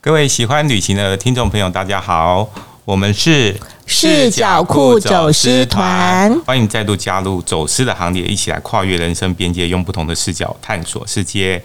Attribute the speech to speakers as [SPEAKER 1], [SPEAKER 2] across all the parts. [SPEAKER 1] 各位喜欢旅行的听众朋友，大家好，我们是
[SPEAKER 2] 视角库走失团
[SPEAKER 1] 欢迎再度加入走失的行列，一起来跨越人生边界，用不同的视角探索世界。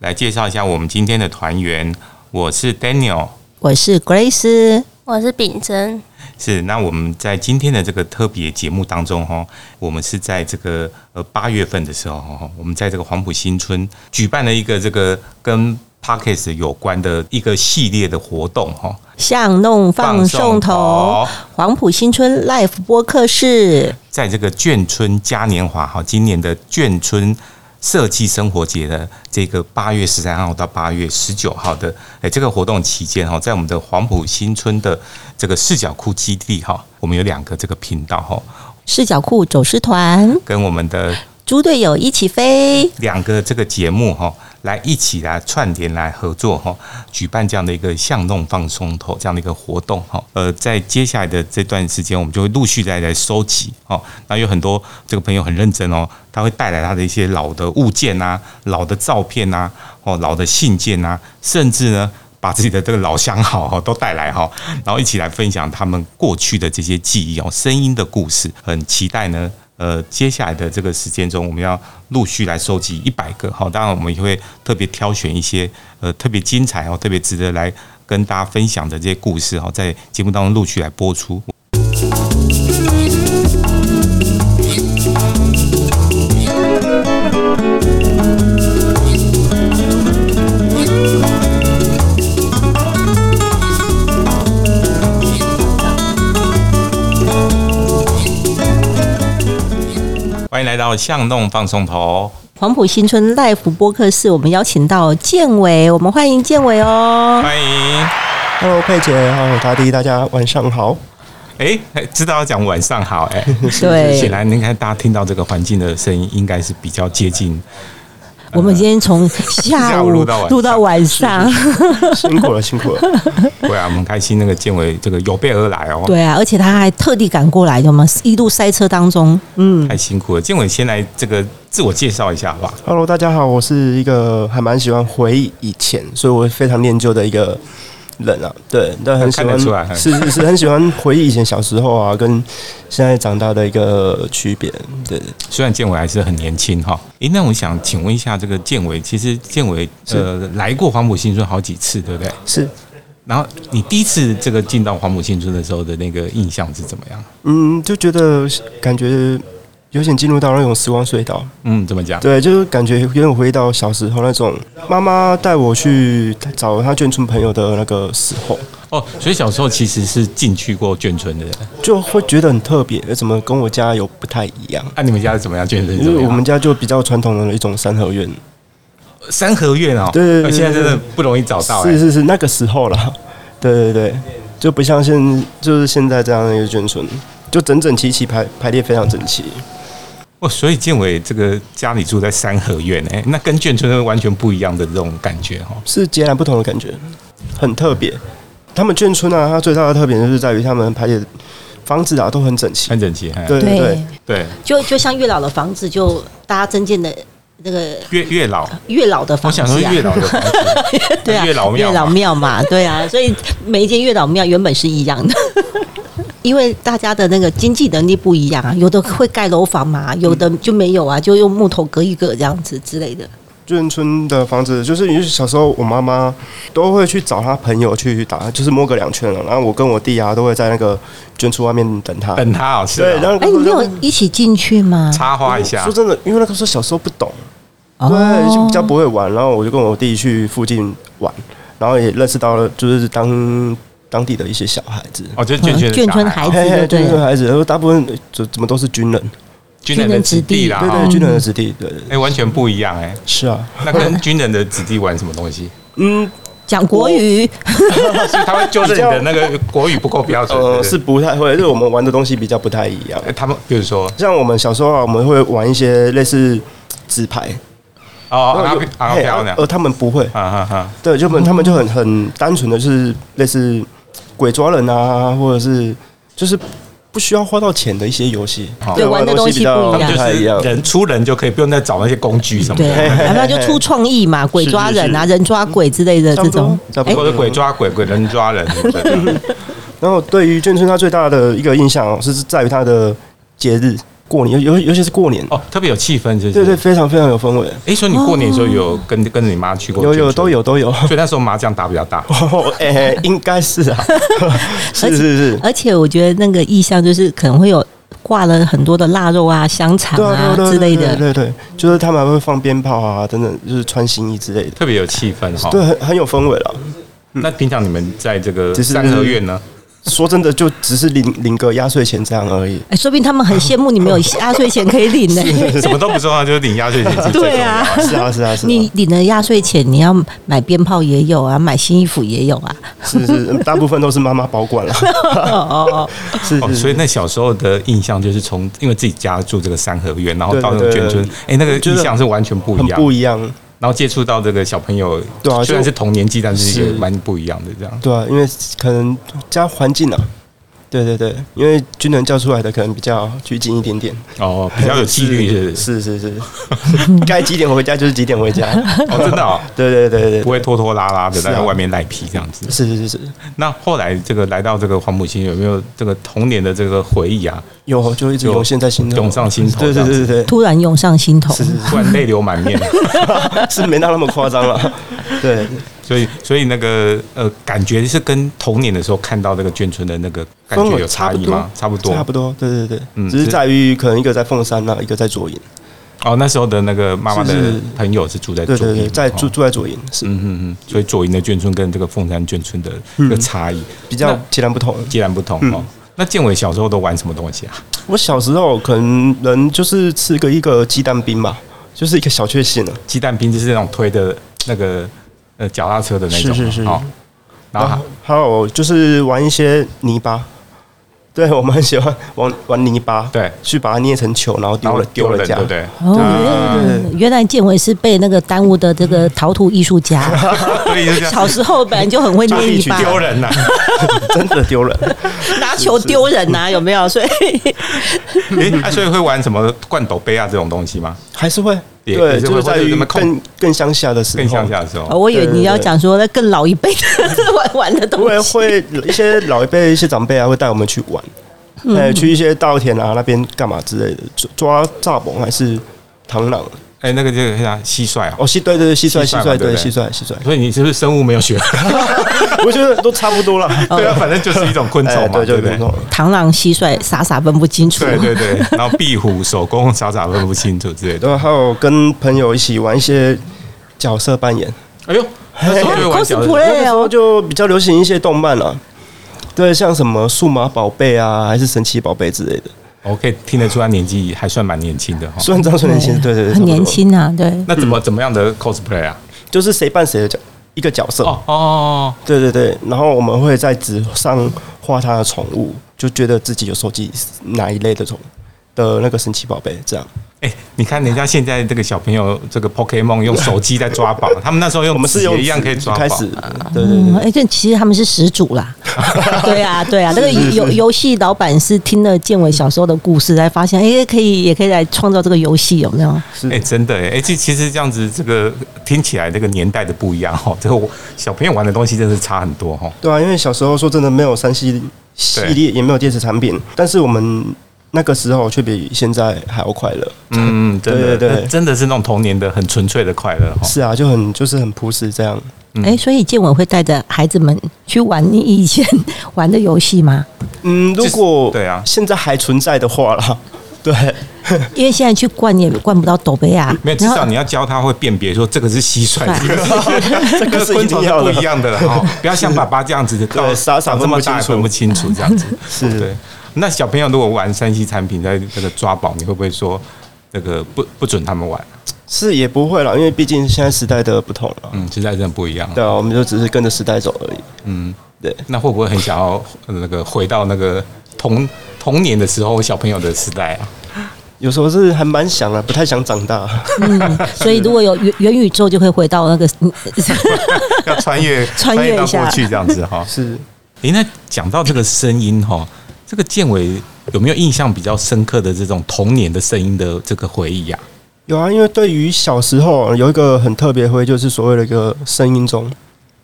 [SPEAKER 1] 来介绍一下我们今天的团员，我是 Daniel，
[SPEAKER 2] 我是 Grace，
[SPEAKER 3] 我是秉真，
[SPEAKER 1] 是，那我们在今天的这个特别节目当中，哈，我们是在这个呃八月份的时候，哈，我们在这个黄埔新村举办了一个这个跟 Pockets 有关的一个系列的活动，哈，
[SPEAKER 2] 向弄放送头，黄埔新村 Life 播客室，
[SPEAKER 1] 在这个眷村嘉年华，哈，今年的眷村。设计生活节的这个八月十三号到八月十九号的，哎，这个活动期间哈，在我们的黄埔新村的这个视角库基地哈，我们有两个这个频道哈，
[SPEAKER 2] 视角库走失团，
[SPEAKER 1] 跟我们的
[SPEAKER 2] 猪队友一起飞，
[SPEAKER 1] 两个这个节目哈、来一起来串联来合作哈、举办这样的一个巷弄放松头这样的一个活动哈、呃，在接下来的这段时间，我们就会陆续再来收集哦。那有很多这个朋友很认真哦，他会带来他的一些老的物件啊、老的照片啊、哦老的信件啊，甚至呢。把自己的这个老相好哈都带来哈，然后一起来分享他们过去的这些记忆哦，声音的故事，很期待呢。呃，接下来的这个时间中，我们要陆续来收集一百个哈，当然我们也会特别挑选一些呃特别精彩哦、特别值得来跟大家分享的这些故事哈，在节目当中陆续来播出。欢迎来到巷弄放松头，
[SPEAKER 2] 黄埔新村 Life 播客室，我们邀请到建伟，我们欢迎建伟哦。
[SPEAKER 1] 欢迎。
[SPEAKER 4] Hello，佩姐，Hello，大弟，大家晚上好。
[SPEAKER 1] 哎，知道要讲晚上好哎，显
[SPEAKER 2] 对，
[SPEAKER 1] 然你看大家听到这个环境的声音，应该是比较接近
[SPEAKER 2] 我们今天 从
[SPEAKER 1] 下
[SPEAKER 2] 下
[SPEAKER 1] 午
[SPEAKER 2] 午
[SPEAKER 1] 录到晚
[SPEAKER 2] 录到晚上，
[SPEAKER 4] 辛苦了，辛苦了。
[SPEAKER 1] 对啊，我们开心那个建伟这个有备而来哦，
[SPEAKER 2] 对啊，而且他还特地赶过来，有吗？一路塞车当中，嗯，
[SPEAKER 1] 太辛苦了。建伟先来这个自我介绍一下好不好？
[SPEAKER 4] Hello，大家好，我是一个还蛮喜欢回忆以前，所以我非常念旧的一个人啊。对，但很喜
[SPEAKER 1] 看得出来
[SPEAKER 4] 欢，是是是，很喜欢回忆以前小时候啊，跟现在长大的一个区别。对，
[SPEAKER 1] 虽然建伟还是很年轻哈，诶，那我想请问一下，这个建伟，其实建伟呃来过黄埔新村好几次，对不对？
[SPEAKER 4] 是。
[SPEAKER 1] 然后你第一次这个进到黄埔新村的时候的那个印象是怎么样？
[SPEAKER 4] 嗯，就觉得感觉有点进入到那种时光隧道。
[SPEAKER 1] 嗯，怎么讲？
[SPEAKER 4] 对，就是感觉有点回到小时候那种，妈妈带我去找她眷村朋友的那个时候。
[SPEAKER 1] 哦，所以小时候其实是进去过眷村的人。
[SPEAKER 4] 就会觉得很特别，呃怎么跟我家有不太一样？
[SPEAKER 1] 那、啊你们家是怎么样眷村？
[SPEAKER 4] 因为我们家就比较传统的一种三合院，
[SPEAKER 1] 三合院哦，
[SPEAKER 4] 对对对
[SPEAKER 1] 呃现在真的不容易找到、
[SPEAKER 4] 是
[SPEAKER 1] 哎，
[SPEAKER 4] 是是那个时候啦，对对对，就不像现就是现在这样的一个眷村，就整整齐齐排排列非常整齐。
[SPEAKER 1] 哦，所以建伟这个家里住在三合院，哎、那跟眷村完全不一样的这种感觉哈、哦。
[SPEAKER 4] 是截然不同的感觉，很特别。他们眷村啊，它最大的特点就是在于他们排列房子啊都很整齐
[SPEAKER 1] 很，整齐，哎
[SPEAKER 4] 对对对，
[SPEAKER 1] 对，
[SPEAKER 2] 就就像月老的房子，就大家增建的那个
[SPEAKER 1] 月月老，
[SPEAKER 2] 月老的
[SPEAKER 1] 我
[SPEAKER 2] 房子、啊，
[SPEAKER 1] 想说月老的 房子，
[SPEAKER 2] 对啊，
[SPEAKER 1] 月老庙嘛
[SPEAKER 2] 嘛，对啊，所以每一间月老庙原本是一样的。因为大家的那个经济能力不一样啊，有的会盖楼房嘛，有的就没有啊，就用木头隔一隔这样子之类的。
[SPEAKER 4] 眷村的房子，就是因为小时候我妈妈都会去找她朋友去打，就是摸个两圈了。然后我跟我弟啊都会在那个眷村外面等她。
[SPEAKER 1] 等他哦，是
[SPEAKER 4] 对，嗯
[SPEAKER 1] 哦，
[SPEAKER 4] 然后
[SPEAKER 2] 哎、你没有一起进去吗？
[SPEAKER 1] 插花一下
[SPEAKER 4] 说，真的，因为那个时候小时候不懂，
[SPEAKER 2] 哦
[SPEAKER 4] 对，就比较不会玩。然后我就跟我弟去附近玩，然后也认识到了就是当当地的一些小孩子。
[SPEAKER 1] 哦，就是眷村的
[SPEAKER 2] 嗯眷村
[SPEAKER 1] 小孩
[SPEAKER 2] 孩子
[SPEAKER 4] 嘿嘿，
[SPEAKER 2] 对
[SPEAKER 4] 眷
[SPEAKER 2] 不
[SPEAKER 4] 村
[SPEAKER 2] 对？
[SPEAKER 4] 孩子，然后大部分就怎么都是军人，
[SPEAKER 1] 军人的子弟啦，
[SPEAKER 4] 对
[SPEAKER 1] 哦
[SPEAKER 4] 对，军人的子弟，对对，对
[SPEAKER 1] 哎，完全不一样哎。
[SPEAKER 4] 是啊，
[SPEAKER 1] 那跟军人的子弟玩什么东西？
[SPEAKER 4] 嗯，
[SPEAKER 2] 讲国语，
[SPEAKER 1] 所以他会纠正你的那个国语不够标准，对
[SPEAKER 4] 呃，
[SPEAKER 1] 不对
[SPEAKER 4] 是不太会，就是我们玩的东西比较不太一样。
[SPEAKER 1] 哎他们比如说
[SPEAKER 4] 像我们小时候啊，我们会玩一些类似纸牌，
[SPEAKER 1] 哦，阿飘阿
[SPEAKER 4] 嘿
[SPEAKER 1] 飘啊呢
[SPEAKER 4] 呃，，他们不会，
[SPEAKER 1] 哈哈哈，
[SPEAKER 4] 对，就们他们就很很单纯的，就是类似鬼抓人啊，或者是就是不需要花到钱的一些游戏，
[SPEAKER 2] 对玩的东西
[SPEAKER 4] 比较
[SPEAKER 2] 不
[SPEAKER 1] 哦他们
[SPEAKER 2] 一
[SPEAKER 1] 就
[SPEAKER 4] 太一样
[SPEAKER 1] 是。人出人就可以，不用再找那些工具什么
[SPEAKER 2] 对
[SPEAKER 1] 的。
[SPEAKER 2] 啊，然后就出创意嘛，鬼抓人啊，人抓鬼之类的这种。
[SPEAKER 4] 差不
[SPEAKER 1] 或
[SPEAKER 4] 多
[SPEAKER 1] 者鬼抓鬼，鬼人抓人，对不 对
[SPEAKER 4] 然后对于眷村，它最大的一个印象哦是在于它的节日，过年，尤尤尤其是过年，
[SPEAKER 1] 哦，特别有气氛，就是
[SPEAKER 4] 对对，非常非常有氛围，
[SPEAKER 1] 哎，所以你过年的时候有跟跟着你妈去过？
[SPEAKER 4] 有有都
[SPEAKER 1] 有。
[SPEAKER 4] 有都有。
[SPEAKER 1] 所以那时候麻将打比较大，
[SPEAKER 4] 哦，哎，应该是 啊，是是是，
[SPEAKER 2] 而且我觉得那个意象就是可能会有挂了很多的腊肉啊、香肠
[SPEAKER 4] 对啊对啊对啊
[SPEAKER 2] 之类
[SPEAKER 4] 对
[SPEAKER 2] 的。
[SPEAKER 4] 对对，就是他们还会放鞭炮啊，等等，就是穿新衣之类的，
[SPEAKER 1] 特别有气氛
[SPEAKER 2] 哦
[SPEAKER 1] 哈。
[SPEAKER 4] 对，很很有氛围了。
[SPEAKER 1] 那平常你们在这个
[SPEAKER 4] 只是
[SPEAKER 1] 三合院 呢？
[SPEAKER 4] 说真的，就只是领领个压岁钱这样 而已。
[SPEAKER 2] 哎，说不定他们很羡慕你们有压岁钱可以领呢。
[SPEAKER 1] 什么都不重要，就是领压岁钱是最重要的
[SPEAKER 2] 对啊，
[SPEAKER 4] 是啊，是啊，是
[SPEAKER 2] 你
[SPEAKER 4] 啊，
[SPEAKER 2] 领了压岁钱，你要买鞭炮也有啊，买新衣服也有啊。
[SPEAKER 4] 是是，大部分都是妈妈 保管了。
[SPEAKER 2] 哦
[SPEAKER 4] 是
[SPEAKER 1] 哦，
[SPEAKER 4] 是，
[SPEAKER 1] 所以那小时候的印象就是从因为自己家住这个三合院，然后
[SPEAKER 4] 对
[SPEAKER 1] 到那个
[SPEAKER 4] 对
[SPEAKER 1] 眷
[SPEAKER 4] 对
[SPEAKER 1] 村，哎、那个
[SPEAKER 4] 觉
[SPEAKER 1] 印
[SPEAKER 4] 得
[SPEAKER 1] 象是完全不一
[SPEAKER 4] 很
[SPEAKER 1] 样。
[SPEAKER 4] 不一样。
[SPEAKER 1] 然后接触到这个小朋友，
[SPEAKER 4] 对啊
[SPEAKER 1] 虽然
[SPEAKER 4] 就是
[SPEAKER 1] 同年纪，但是也
[SPEAKER 4] 是
[SPEAKER 1] 蛮不一样的这样。
[SPEAKER 4] 对啊，因为可能加环境啊，对对对，因为军人教出来的可能比较拘谨一点点，
[SPEAKER 1] 哦，比较有纪律是不是
[SPEAKER 4] 是是是， 该几点回家就是几点 回家，
[SPEAKER 1] 哦，真的哦，
[SPEAKER 4] 对对对对
[SPEAKER 1] 不
[SPEAKER 4] 对，
[SPEAKER 1] 会拖拖拉拉的
[SPEAKER 4] 是啊
[SPEAKER 1] 在外面赖皮这样子。
[SPEAKER 4] 是是是是，
[SPEAKER 1] 那后来这个来到这个黄埔新有没有这个童年的这个回忆 啊？
[SPEAKER 4] 有就一直涌现在心头，
[SPEAKER 1] 涌上心头
[SPEAKER 4] 对对对对对，
[SPEAKER 2] 突然涌上心头。
[SPEAKER 4] 是是
[SPEAKER 1] 突然泪流满面，
[SPEAKER 4] 是 没到那么夸张了，对，
[SPEAKER 1] 所以所以那个呃，感觉是跟童年的时候看到这个眷村的那个感
[SPEAKER 4] 氛
[SPEAKER 1] 觉
[SPEAKER 4] 围
[SPEAKER 1] 有差异吗？差不多，
[SPEAKER 4] 差不多，对对对
[SPEAKER 1] 嗯
[SPEAKER 4] 对，只是
[SPEAKER 1] 是
[SPEAKER 4] 在于可能一个在凤山啊，一个在左营，
[SPEAKER 1] 哦，那时候的那个妈妈
[SPEAKER 4] 是
[SPEAKER 1] 的
[SPEAKER 4] 是
[SPEAKER 1] 朋友是住在
[SPEAKER 4] 对
[SPEAKER 1] 左
[SPEAKER 4] 对
[SPEAKER 1] 营
[SPEAKER 4] 对，
[SPEAKER 1] 嘛，
[SPEAKER 4] 在
[SPEAKER 1] 哦
[SPEAKER 4] 住住在左营是
[SPEAKER 1] 嗯嗯嗯，所以左营的眷村跟这个凤山眷村的这个差异
[SPEAKER 4] 比较
[SPEAKER 1] 那
[SPEAKER 4] 截然不同。
[SPEAKER 1] 截然不同
[SPEAKER 4] 嗯
[SPEAKER 1] 哦。那建伟小时候都玩什么东西啊？
[SPEAKER 4] 我小时候可能人就是吃个一个鸡蛋冰吧，就是一个小确幸了。啊
[SPEAKER 1] 鸡蛋冰就是那种推的那个呃脚踏车的那种嘛，
[SPEAKER 4] 是是是
[SPEAKER 1] 哦然后
[SPEAKER 4] 然后还有就是玩一些泥巴，对我们很喜欢玩玩泥巴，
[SPEAKER 1] 对，
[SPEAKER 4] 去把它捏成球，然后
[SPEAKER 1] 然
[SPEAKER 4] 丢
[SPEAKER 1] 后
[SPEAKER 4] 了
[SPEAKER 1] 丢
[SPEAKER 4] 丢了
[SPEAKER 1] 人
[SPEAKER 4] 家，
[SPEAKER 1] 对不对？
[SPEAKER 2] 哦，原来建伟是被那个耽误的这个陶土艺术家。
[SPEAKER 1] 所以就这样
[SPEAKER 2] 小时候本来就很会捏 泥巴，
[SPEAKER 1] 丢人呐、
[SPEAKER 4] 真的丢人。
[SPEAKER 2] 拿球丢人呐、有没有？所以
[SPEAKER 1] 诶啊，所以会玩什么罐斗杯啊这种东西吗？
[SPEAKER 4] 还是会，
[SPEAKER 1] 也
[SPEAKER 4] 对，
[SPEAKER 1] 也是会
[SPEAKER 4] 就是在
[SPEAKER 1] 或者
[SPEAKER 4] 于
[SPEAKER 1] 是控
[SPEAKER 4] 更更乡下的时候，
[SPEAKER 1] 更乡下的时候，
[SPEAKER 4] 哦
[SPEAKER 2] 我以为你要讲说那更老一辈的 玩玩的
[SPEAKER 4] 因
[SPEAKER 2] 东
[SPEAKER 4] 为
[SPEAKER 2] 西。
[SPEAKER 4] 会一些老一辈、一些长辈啊，会带我们去玩，
[SPEAKER 2] 嗯
[SPEAKER 4] 哎、去一些稻田啊那边干嘛之类的，抓抓蚱蜢还是螳螂？
[SPEAKER 1] 哎、那个就是像蟋蟀哦。
[SPEAKER 4] 哦，蟋对对对，蟋蟀
[SPEAKER 1] 蟋蟀
[SPEAKER 4] 蟋
[SPEAKER 1] 嘛
[SPEAKER 4] 蟀
[SPEAKER 1] 对
[SPEAKER 4] 对
[SPEAKER 1] 不对
[SPEAKER 4] 蟋蟀蟋蟀，
[SPEAKER 1] 所以你是不是生物没有学？
[SPEAKER 4] 我觉得都差不多了。
[SPEAKER 1] 对啊，反正就是一种昆虫
[SPEAKER 4] 哦哎
[SPEAKER 1] 嘛，
[SPEAKER 4] 对，就
[SPEAKER 1] 对
[SPEAKER 4] 是
[SPEAKER 1] 不对
[SPEAKER 4] 那？种
[SPEAKER 2] 螳螂、蟋蟀，傻傻分不清楚。
[SPEAKER 1] 对对对，然后壁虎、手工傻傻分不清楚之类的。
[SPEAKER 4] 然后还有跟朋友一起玩一些角色扮演，
[SPEAKER 1] 哎呦，那时候就会玩小
[SPEAKER 2] cosplay
[SPEAKER 4] 那时候就比较流行一些动漫了、啊对，像什么数码宝贝啊，还是神奇宝贝之类
[SPEAKER 2] 哦
[SPEAKER 4] 的。
[SPEAKER 1] 我哦可以听得出他年纪还算蛮年轻的哈。
[SPEAKER 4] 虽然张春年轻，对对对，
[SPEAKER 2] 哎
[SPEAKER 4] 差
[SPEAKER 2] 很
[SPEAKER 4] 不多
[SPEAKER 2] 年，轻啊，对。
[SPEAKER 1] 那怎么怎么样的 cosplay 啊？
[SPEAKER 4] 就是谁扮谁的角一个角色。
[SPEAKER 1] 哦哦，
[SPEAKER 4] 对对对，然后我们会在纸上画他的宠物，就觉得自己有收集哪一类的宠的那个神奇宝贝，这样。
[SPEAKER 1] 哎、你看人家现在这个小朋友，这个 Pokemon 用手机在抓 宝，他们那时候用
[SPEAKER 4] 我们是
[SPEAKER 1] 纸
[SPEAKER 4] 用
[SPEAKER 1] 也一样可以抓
[SPEAKER 4] 纸开
[SPEAKER 1] 宝
[SPEAKER 4] 始。，对对对
[SPEAKER 2] 嗯，而且其实他们是始 祖啦，对啊，对啊，那个游游戏老板是听了建伟小时候的故事，才发现，哎、可以也可以来创造这个游戏，有没有？
[SPEAKER 4] 嗯
[SPEAKER 1] 哎、真的哎、哎、其其实这样子，这个听起来这个年代的不一样哈，这个我小朋友玩的东西真的是差很多哈。
[SPEAKER 4] 对啊，因为小时候说真的没有三 C 系列，也没有电子产品，但是我们那个时候却比现在还要快乐。
[SPEAKER 1] 嗯，真的，
[SPEAKER 4] 对对对
[SPEAKER 1] 真的是那种童年的很纯粹的快乐哈。
[SPEAKER 4] 是啊，就很就是很朴实这样。
[SPEAKER 1] 嗯
[SPEAKER 2] 哎、所以建伟会带着孩子们去玩你以前玩的游 戏吗？
[SPEAKER 4] 嗯，如
[SPEAKER 1] 就是
[SPEAKER 4] 果
[SPEAKER 1] 对啊
[SPEAKER 4] 现在还存在的话啦， 对，
[SPEAKER 2] 因为现在去灌也灌不到斗杯啊，
[SPEAKER 1] 没有，至
[SPEAKER 2] 然后
[SPEAKER 1] 少你要教他会辨别，说这个是蟋 蟀，这个是这
[SPEAKER 4] 个是一
[SPEAKER 1] 昆虫
[SPEAKER 4] 定
[SPEAKER 1] 是
[SPEAKER 4] 要
[SPEAKER 1] 不
[SPEAKER 4] 的
[SPEAKER 1] 一样的了 哈。不要像爸爸这样子，到
[SPEAKER 4] 傻傻
[SPEAKER 1] 长这
[SPEAKER 4] 分
[SPEAKER 1] 么
[SPEAKER 4] 不
[SPEAKER 1] 大
[SPEAKER 4] 清
[SPEAKER 1] 也
[SPEAKER 4] 楚
[SPEAKER 1] 分不清楚这样子。 哦
[SPEAKER 4] 是
[SPEAKER 1] 对。那小朋友如果玩山西产品，在这个抓宝，你会不会说这个不不准他们玩？
[SPEAKER 4] 是也不会啦，因为毕竟现在时代的不同了。
[SPEAKER 1] 嗯，实在真的不一样。
[SPEAKER 4] 对啊，我们就只是跟着时代走而已。
[SPEAKER 1] 那会不会很想要呃那个回到那个童童年的时候，小朋友的时代 啊？
[SPEAKER 4] 有时候是还蛮想啊，不太想 长大。
[SPEAKER 2] 嗯所以如果有元元宇宙，就会回到那个
[SPEAKER 1] 要穿越
[SPEAKER 2] 穿越一
[SPEAKER 1] 到
[SPEAKER 2] 下
[SPEAKER 1] 过去这样子哈。
[SPEAKER 4] 是，
[SPEAKER 1] 诶，那讲到这个声音哈，这个建伟有没有印象比较深刻的这种童年的声音的这个回忆啊？
[SPEAKER 4] 有啊，因为对于小时候有一个很特别的回忆，就是所谓的一个声音钟。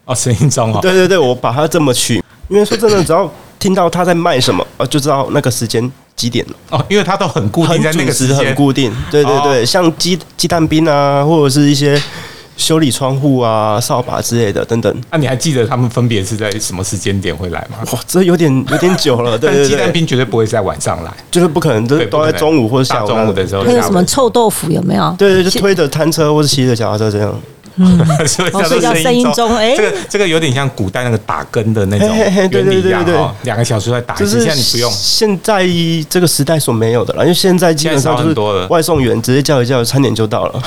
[SPEAKER 1] 哦，声音中哦，
[SPEAKER 4] 对对对，我把它这么取，因为说真的，只要听到他在卖什么，啊，就知道那个时间几点了，
[SPEAKER 1] 哦，因为它都很固定
[SPEAKER 4] 很
[SPEAKER 1] 在那
[SPEAKER 4] 准
[SPEAKER 1] 个时
[SPEAKER 4] 时，
[SPEAKER 1] 间，哦
[SPEAKER 4] 很固定。对对对，像鸡鸡蛋冰啊，或者是一些修理窗户啊、扫把之类的等等。
[SPEAKER 1] 那、啊你还记得他们分别是在什么时间点会来吗？
[SPEAKER 4] 哇，这有点有点久了，对
[SPEAKER 1] 但
[SPEAKER 4] 对
[SPEAKER 1] 鸡蛋
[SPEAKER 4] 对，
[SPEAKER 1] 冰绝对不会在晚上来，
[SPEAKER 4] 就是不可能，都
[SPEAKER 1] 对，
[SPEAKER 4] 都
[SPEAKER 1] 不
[SPEAKER 4] 在
[SPEAKER 1] 可能
[SPEAKER 4] 中午或者下
[SPEAKER 1] 大
[SPEAKER 4] 午
[SPEAKER 1] 中午的时候，
[SPEAKER 2] 还有什么
[SPEAKER 1] 下午
[SPEAKER 2] 臭豆腐有没有？
[SPEAKER 4] 对对，就推着摊车或是骑着脚踏车这样。
[SPEAKER 1] 所以
[SPEAKER 2] 哦所以
[SPEAKER 1] 叫
[SPEAKER 2] 叫
[SPEAKER 1] 做
[SPEAKER 2] 声
[SPEAKER 1] 声
[SPEAKER 2] 音
[SPEAKER 1] 音
[SPEAKER 2] 钟哎
[SPEAKER 1] 这个这个有点像古代那个打更的那种
[SPEAKER 4] 嘿嘿嘿对
[SPEAKER 1] 原理一样
[SPEAKER 4] 对对对
[SPEAKER 1] 哦，两个小时再打一
[SPEAKER 4] 哎就
[SPEAKER 1] 次，
[SPEAKER 4] 是
[SPEAKER 1] 现在你不用。
[SPEAKER 4] 现在这个时代所没有的了，因为现在基本
[SPEAKER 1] 现
[SPEAKER 4] 上
[SPEAKER 1] 在少很
[SPEAKER 4] 就
[SPEAKER 1] 多了
[SPEAKER 4] 是外送员直接叫一叫，餐点就到了。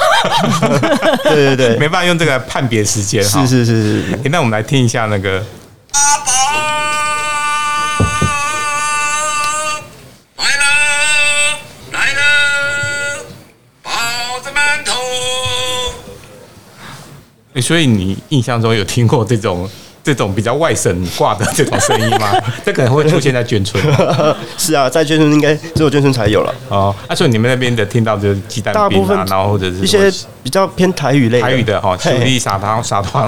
[SPEAKER 4] 对对对，
[SPEAKER 1] 没办法用这个来判别时间哈
[SPEAKER 4] 是。是是是 是，
[SPEAKER 1] 诶那我们来听一下那个，
[SPEAKER 3] 来了，来了，包子馒头，
[SPEAKER 1] 诶所以你印象中有听过这种这种比较外省挂的这种声音 吗？这可能会出现在眷村
[SPEAKER 4] 是啊，在眷村应该只有眷村才有了，
[SPEAKER 1] 哦。啊，所以你们那边的听到就是鸡蛋
[SPEAKER 4] 大部
[SPEAKER 1] 饼
[SPEAKER 4] 分
[SPEAKER 1] 啊，然后或者是
[SPEAKER 4] 一
[SPEAKER 1] 什么
[SPEAKER 4] 些比较偏台语类的
[SPEAKER 1] 台语的哈，
[SPEAKER 4] 嘿
[SPEAKER 1] 秀丽撒糖撒糖，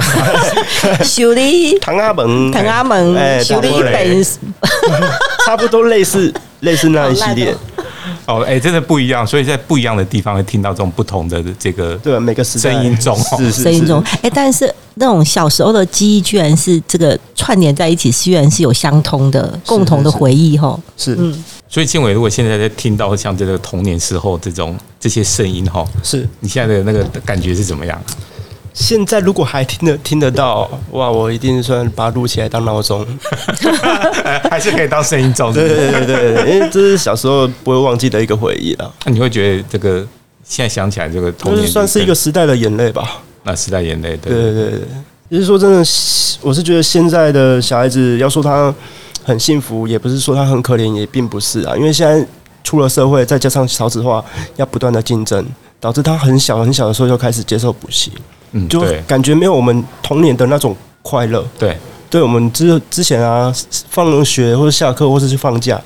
[SPEAKER 2] 修理
[SPEAKER 1] 哎
[SPEAKER 4] 唐阿门、
[SPEAKER 2] 藤阿门，
[SPEAKER 4] 哎
[SPEAKER 2] 修理
[SPEAKER 4] 唐阿 门
[SPEAKER 2] 本
[SPEAKER 4] 差不多类似类似那一系列，
[SPEAKER 1] 哦，哎，真的不一样。所以在不一样的地方会听到这种不同的这个
[SPEAKER 4] 对啊，每个时代
[SPEAKER 1] 声音中哦
[SPEAKER 4] 是是
[SPEAKER 2] 声音
[SPEAKER 4] 是
[SPEAKER 2] 中，哎、但是那种小时候的记忆，居然是这个串联在一起，居然是有相通的、共同的回忆吼。
[SPEAKER 4] 是
[SPEAKER 1] 所以建伟，如果现在在听到像这个童年时候这种这些声音哈，
[SPEAKER 4] 是。
[SPEAKER 1] 你现在的那个感觉是怎么样？
[SPEAKER 4] 现在如果还听得听得到，哇，我一定算把它录起来当闹钟。
[SPEAKER 1] 还是可以当声音中？
[SPEAKER 4] 对对对对对，因为这是小时候不会忘记的一个回忆了，
[SPEAKER 1] 那你会觉得这个现在想起来这个童
[SPEAKER 4] 就
[SPEAKER 1] 年
[SPEAKER 4] 是算是一个时代的眼泪吧。
[SPEAKER 1] 那时代眼泪，对
[SPEAKER 4] 对对对对，就是说真的，我是觉得现在的小孩子要说他很幸福，也不是说他很可怜，也并不是啊，因为现在出了社会，再加上少子化，要不断的竞争，导致他很小很小的时候就开始接受补习，
[SPEAKER 1] 嗯，
[SPEAKER 4] 就
[SPEAKER 1] 对
[SPEAKER 4] 感觉没有我们童年的那种快乐。
[SPEAKER 1] 对，
[SPEAKER 4] 对我们之之前啊，放了学或者下课，或是去放假，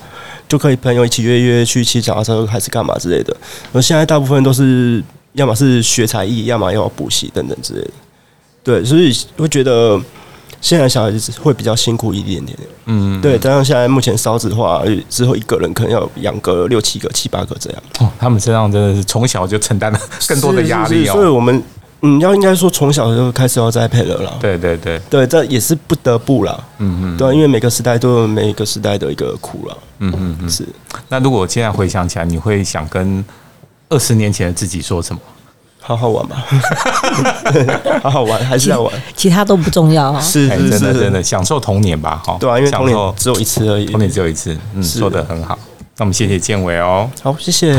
[SPEAKER 4] 就可以朋友一起约约去骑脚踏车还是干嘛之类的。而现在大部分都是要么是学才艺，要么要补习等等之类的。对，所以会觉得现在小孩子会比较辛苦一点点。
[SPEAKER 1] 嗯，
[SPEAKER 4] 对，加上现在目前少子化，之后一个人可能要养个六七个、七八个这样，
[SPEAKER 1] 哦，他们身上真的是从小就承担了更多的压
[SPEAKER 4] 是
[SPEAKER 1] 力
[SPEAKER 4] 是是所以
[SPEAKER 1] 哦。
[SPEAKER 4] 我们嗯，要应该说从小就开始要栽培了啦。
[SPEAKER 1] 对对对，
[SPEAKER 4] 对，这也是不得不啦。
[SPEAKER 1] 嗯嗯
[SPEAKER 4] 对啊，因为每个时代都有每个时代的一个苦了，
[SPEAKER 1] 嗯嗯嗯。
[SPEAKER 4] 是
[SPEAKER 1] 那如果我现在回想起来，你会想跟二十年前的自己说什么？
[SPEAKER 4] 好好玩吧， 好好玩，还是要玩，
[SPEAKER 2] 其他都不重要啊。
[SPEAKER 4] 是
[SPEAKER 1] 哎真
[SPEAKER 4] 是
[SPEAKER 1] 的真
[SPEAKER 4] 是，
[SPEAKER 1] 的享受童年吧，哈。
[SPEAKER 4] 对啊，因为
[SPEAKER 1] 享
[SPEAKER 4] 童
[SPEAKER 1] 受
[SPEAKER 4] 年只有一次而已
[SPEAKER 1] 童。年只有一次，嗯，
[SPEAKER 4] 是
[SPEAKER 1] 说的很好。那我们谢谢建伟哦。
[SPEAKER 4] 好，谢谢。